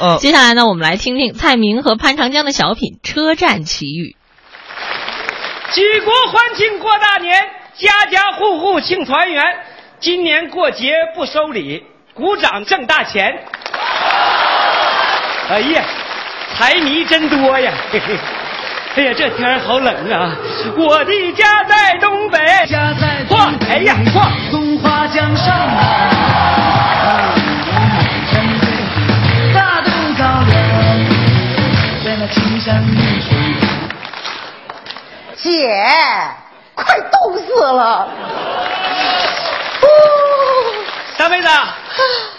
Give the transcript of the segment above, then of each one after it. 嗯接下来呢，我们来听听蔡明和潘长江的小品《车站奇遇》。举国欢庆过大年，家家户户庆团圆。今年过节不收礼，鼓掌挣大钱。哎呀，财迷真多呀！ 嘿嘿。哎呀，这天儿好冷啊！我的家在东北，家在东晃北，哎呀晃，松花江上啊，啊我们乡村大渡高原，在那青山绿水。姐，快冻死了！哦，大妹子，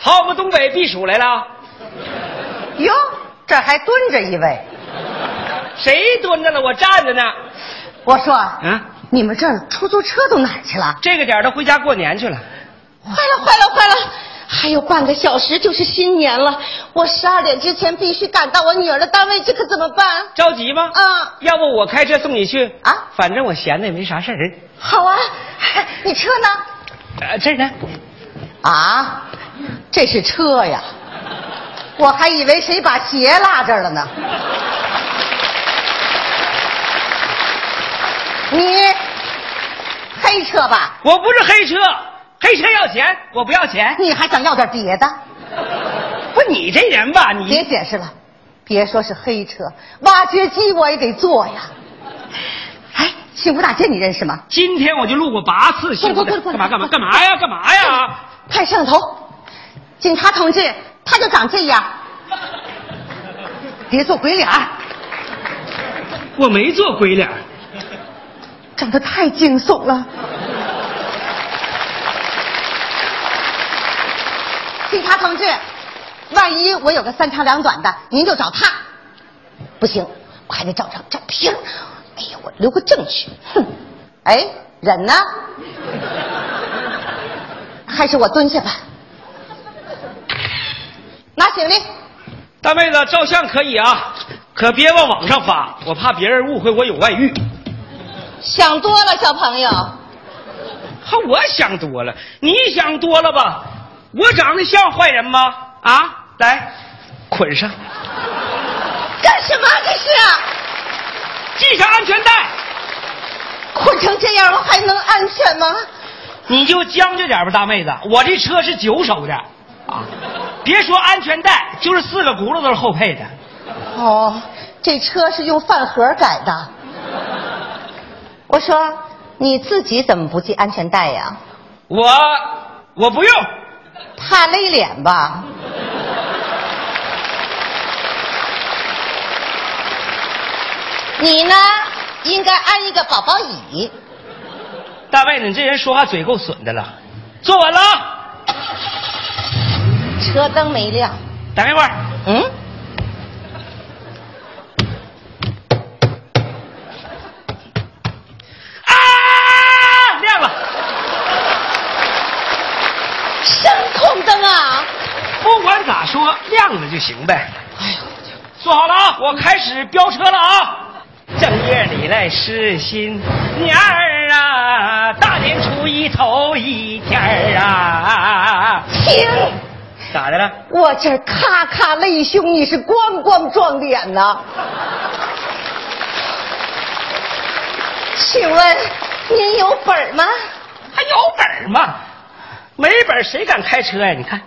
跑我们东北避暑来了？哟，这还蹲着一位。谁蹲着了？我站着呢。我说，啊啊嗯，你们这儿出租车都哪儿去了？这个点儿都回家过年去了。坏了，坏了，坏了！还有半个小时就是新年了，我十二点之前必须赶到我女儿的单位，这可怎么办？着急吗？啊要不我开车送你去啊？反正我闲的也没啥事儿。好啊，你车呢？呃，这儿呢？啊，这是车呀！我还以为谁把鞋落这儿了呢。你黑车吧？我不是黑车，黑车要钱，我不要钱。你还想要点别的？不，你这人吧，别你解释了，别说是黑车，挖掘机我也得做呀。哎，幸福大街你认识吗？今天我就路过八次，过行来不过的来过干来嘛干嘛过干嘛呀？干嘛哎呀？看摄像头，警察同志，他就长这样，别做鬼脸儿我没做鬼脸儿，长得太惊悚了。警察同志，万一我有个三长两短的，您就找他。不行，我还得找张照片儿。哎呀，我留个证据。哼，哎，人呢？还是我蹲下吧。拿行李，大妹子照相可以啊，可别往网上发，我怕别人误会我有外遇。想多了，小朋友。哈，我想多了，你想多了吧？我长得像坏人吗？啊，来，捆上，干什么？这是系上安全带，困成这样，我还能安全吗？你就将就点吧，大妹子，我这车是九手的，啊，别说安全带，就是四个轱辘都是后配的。哦，这车是用饭盒改的。我说你自己怎么不系安全带呀？我我不用，怕勒脸吧？你呢，应该安一个宝宝椅。大妹子，你这人说话嘴够损的了，坐稳了啊，车灯没亮，等一会儿，嗯？啊，亮了，声控灯啊！不管咋说，亮了就行呗。哎呦，坐好了啊，我开始飙车了啊。正月里来是新年儿啊，大年初一头一天儿啊，停！咋的了？我这儿咔咔勒胸，你是咣咣撞脸呐？请问您有本儿吗？还有本儿吗？没本儿谁敢开车呀、你看，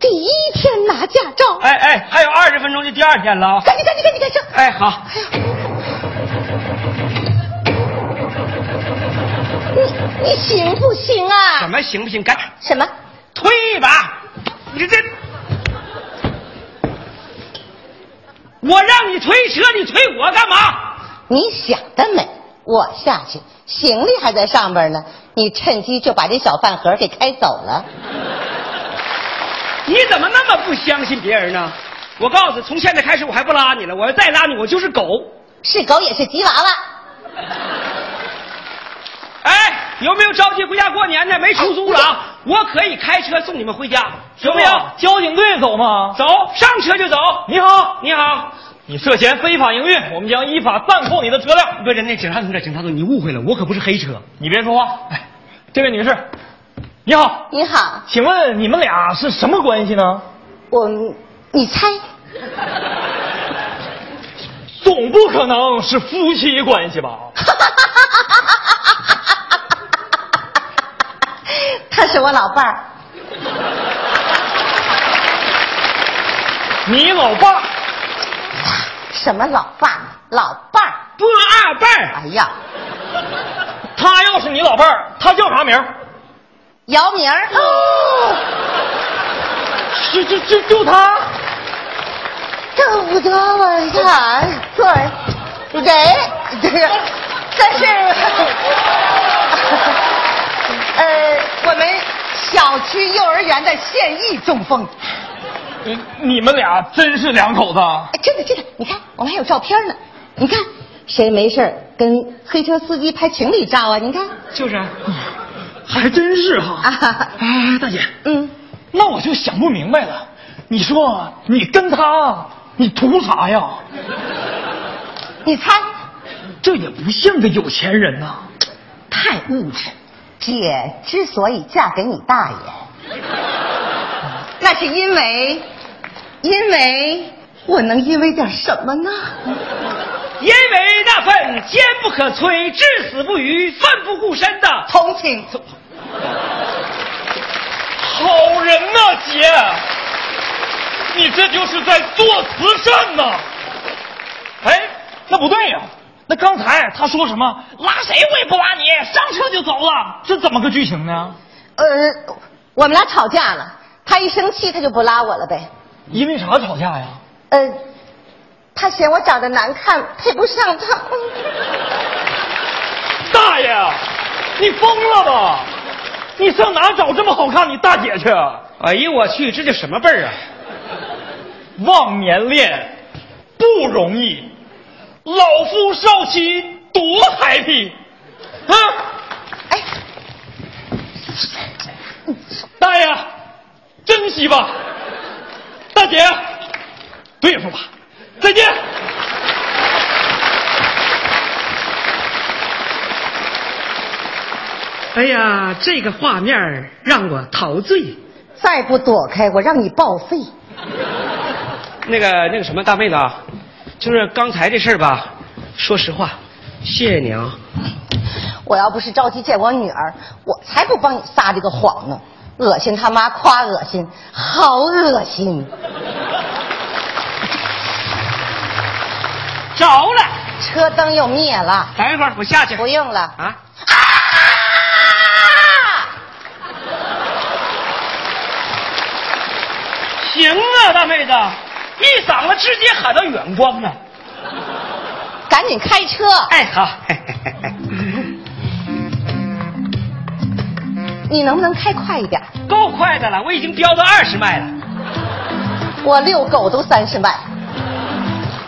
第一天拿驾照，哎哎，还有二十分钟就第二天了啊！赶紧赶紧赶紧赶紧！哎，好，你你行不行怎啊？么行不行？赶紧什么？推一把！你这这，我让你推车，你推我干嘛？你想得美！我下去，行李还在上边呢，你趁机就把这小饭盒给开走了。你怎么那么不相信别人呢？我告诉你，从现在开始我还不拉你了，我要再拉你，我就是狗。是狗也是吉娃娃。哎，有没有着急回家过年的？没出租了啊！我可以开车送你们回家，有没有？交警队走吗？走，上车就走。你好，你好，你涉嫌非法营运，我们将依法暂扣你的车辆。不是那警察同志，警察同志，你误会了，我可不是黑车。你别说话。哎，这位女士，你好，你好，请问你们俩是什么关系呢？我，你猜？总不可能是夫妻关系吧？他是我老伴儿， 你老爸什么老伴儿，老伴儿，不二辈儿，哎呀，他要是你老伴儿，他叫啥名儿？姚明儿，哦，就就就就他，这不得往下对，给，这个，但是， 呃，我们小区幼儿园的现役中风，你你们俩真是两口子啊。哎，真的真的，你看我们还有照片呢，你看谁没事儿跟黑车司机拍情侣照啊？你看就是，嗯还真是哈。啊哎，大姐，嗯，那我就想不明白了，你说你跟他，你图啥呀？你猜，这也不像个有钱人呐、太物质。姐之所以嫁给你大爷，那是因为，因为我能因为点什么呢？因为那份坚不可摧、至死不渝、奋不顾身的同情。好人呐、姐，你这就是在做慈善呐、哎，那不对呀、那刚才他说什么拉谁我也不拉你，上车就走了，这怎么个剧情呢？呃，我们俩吵架了，他一生气他就不拉我了呗。因为啥吵架呀？呃，他嫌我长得难看，配不上他。大爷，啊你疯了吧？你上哪找这么好看你大姐去？啊哎呦我去，这叫什么辈儿啊？忘年恋不容易，老夫少妻多 happy 啊！哎，大爷，啊珍惜吧。大姐，啊对付吧。再见。哎呀，这个画面儿让我陶醉。再不躲开，我让你报废。那个那个什么大妹子啊，就是刚才这事儿吧，说实话，谢谢你啊。我要不是着急见我女儿，我才不帮你撒这个谎呢。恶心他妈，夸恶心，好恶心！着了。车灯又灭了，等一会儿我下去。不用了。啊！啊，行啊，大妹子，一嗓子直接喊到远光了。赶紧开车！哎， 好。你能不能开快一点？够快的了，我已经飙到二十迈了。我遛狗都三十迈。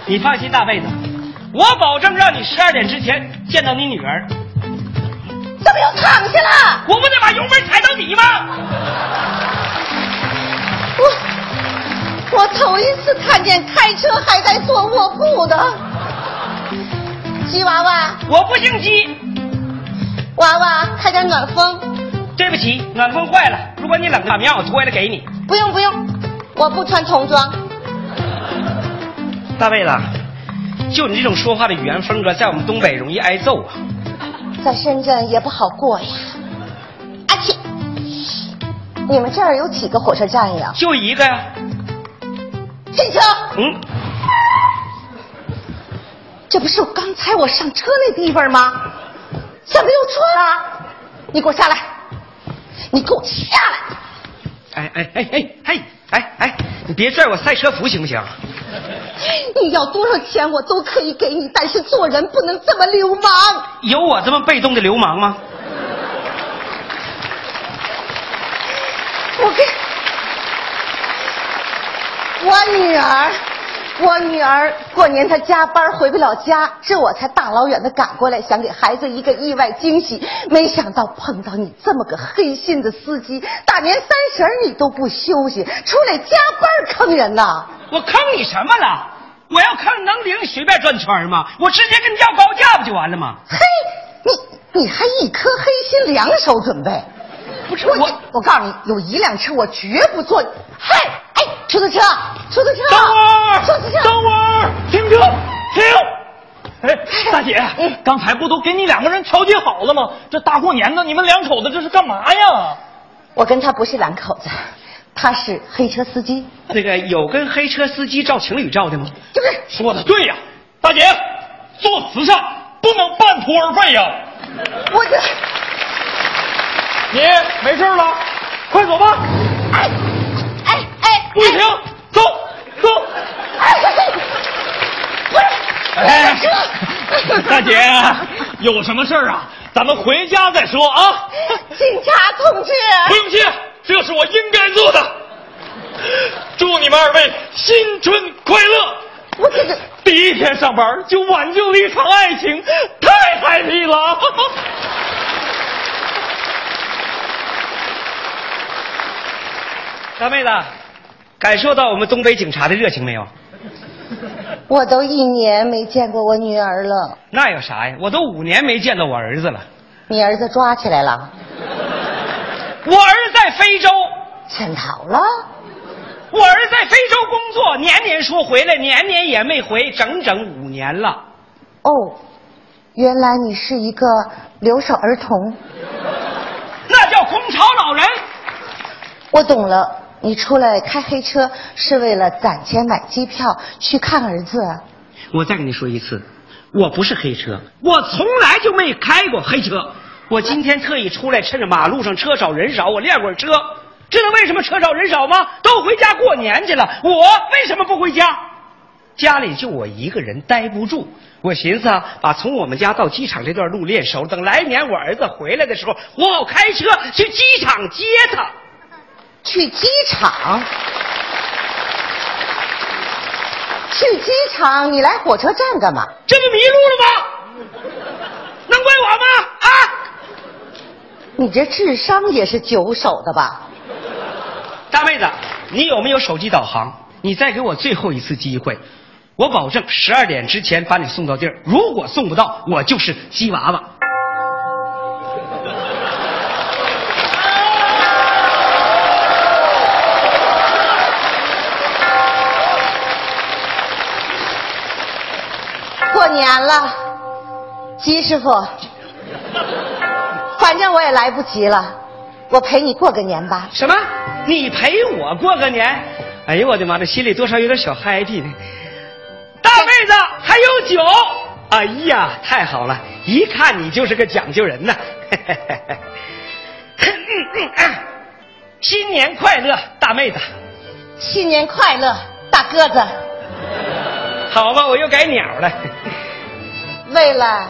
你放心，大妹子，我保证让你十二点之前见到你女儿。怎么又躺下了？我不得把油门踩到底吗？我我头一次看见开车还在坐卧铺的。鸡娃娃，我不姓姬。娃娃，开点暖风。对不起，暖风坏了。如果你冷，把棉袄脱下来给你。不用不用，我不穿童装。大妹子，就你这种说话的语言风格，在我们东北容易挨揍啊。在深圳也不好过呀。阿嚏！你们这儿有几个火车站呀？就一个呀，进车！嗯，这不是刚才我上车那地方吗？怎么又错了？你给我下来！你给我下来！哎哎哎哎哎哎哎，你别拽我赛车服行不行？你要多少钱我都可以给你，但是做人不能这么流氓。有我这么被动的流氓吗？我跟，我女儿，我女儿过年她加班回不了家，这我才大老远的赶过来，想给孩子一个意外惊喜，没想到碰到你这么个黑心的司机，大年三十儿你都不休息，出来加班坑人呐！我坑你什么了？我要坑能灵随便转圈吗？我直接跟你要高价不就完了吗？嘿，你你还一颗黑心两手准备。不是我我，我告诉你，有一辆车我绝不坐。嘿，哎，出租车，出租车，等会儿啊出租车，等会儿，停车，停。哎姐，刚才不都给你两个人调解好了吗？这大过年的，你们两口子这是干嘛呀？我跟他不是两口子，他是黑车司机。那个有跟黑车司机照情侣照的吗？这不是说的对呀，大姐，做慈善不能半途而废呀。我这，你没事了，快走吧，哎哎哎，不行，走走。哎，哎不是，哎这，大姐，啊有什么事儿啊？咱们回家再说啊。警察同志，不用谢，这是我应该做的。祝你们二位新春快乐！我这这。第一天上班就挽救了一场爱情，太 happy 了！大妹子，感受到我们东北警察的热情没有？我都一年没见过我女儿了，那有啥呀？我都五年没见到我儿子了，你儿子抓起来了，我儿子在非洲，潜逃了，我儿子在非洲工作，年年说回来，年年也没回，整整五年了。哦，原来你是一个留守儿童，那叫空巢老人。我懂了，你出来开黑车是为了攒钱买机票去看儿子，我再跟你说一次，我不是黑车，我从来就没开过黑车。我今天特意出来，趁着马路上车少人少，我练会儿车。知道为什么车少人少吗？都回家过年去了，我为什么不回家？家里就我一个人待不住，我寻思啊，把从我们家到机场这段路练熟，等来年我儿子回来的时候，我好开车去机场接他。去机场，去机场，你来火车站干嘛？这不迷路了吗？能怪我吗？啊！你这智商也是九手的吧？大妹子，你有没有手机导航？你再给我最后一次机会，我保证十二点之前把你送到地儿。如果送不到，我就是鸡娃娃。过年了，姬师傅，反正我也来不及了，我陪你过个年吧。什么？你陪我过个年？哎呦我的妈，这心里多少有点小 happy 呢。大妹子还有酒？哎呀，太好了！一看你就是个讲究人呐。 嘿嘿嘿嘿嗯嗯啊新年快乐，大妹子！新年快乐，大鸽子！好吧，我又改鸟了。为了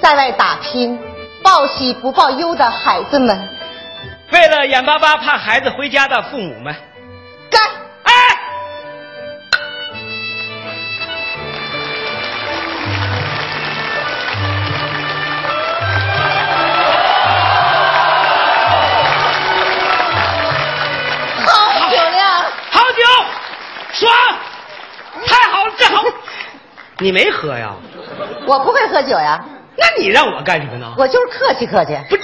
在外打拼、报喜不报忧的孩子们，为了眼巴巴盼孩子回家的父母们，干！哎，好酒量，好酒，爽，太好了，真好。你没喝呀？我不会喝酒呀，那你让我干什么呢？我就是客气客气。不是，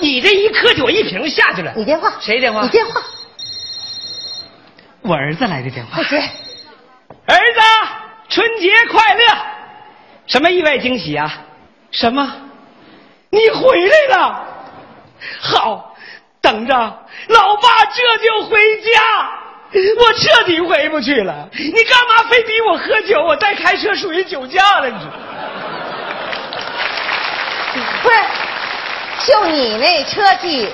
你这一磕酒一瓶下去了。你电话？谁电话啊你电话，我儿子来的电话快。接！儿子，春节快乐！什么意外惊喜啊？什么？你回来了？好，等着，老爸这就回家。我彻底回不去了。你干嘛非逼我喝酒？我再开车属于酒驾了。你不是，就你那车技，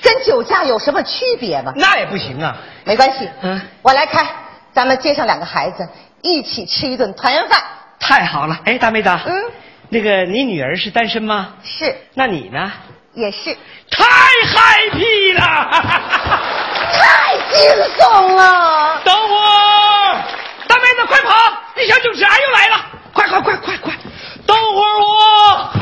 跟酒驾有什么区别吗？那也不行啊。没关系，嗯我来开，咱们接上两个孩子，一起吃一顿团圆饭。太好了，哎，大妹子，嗯，那个你女儿是单身吗？是，那你呢？也是，太 happy 了！太惊悚了！等会儿，大妹子快跑！那小警察又来了，快快快快快！等会儿我，哎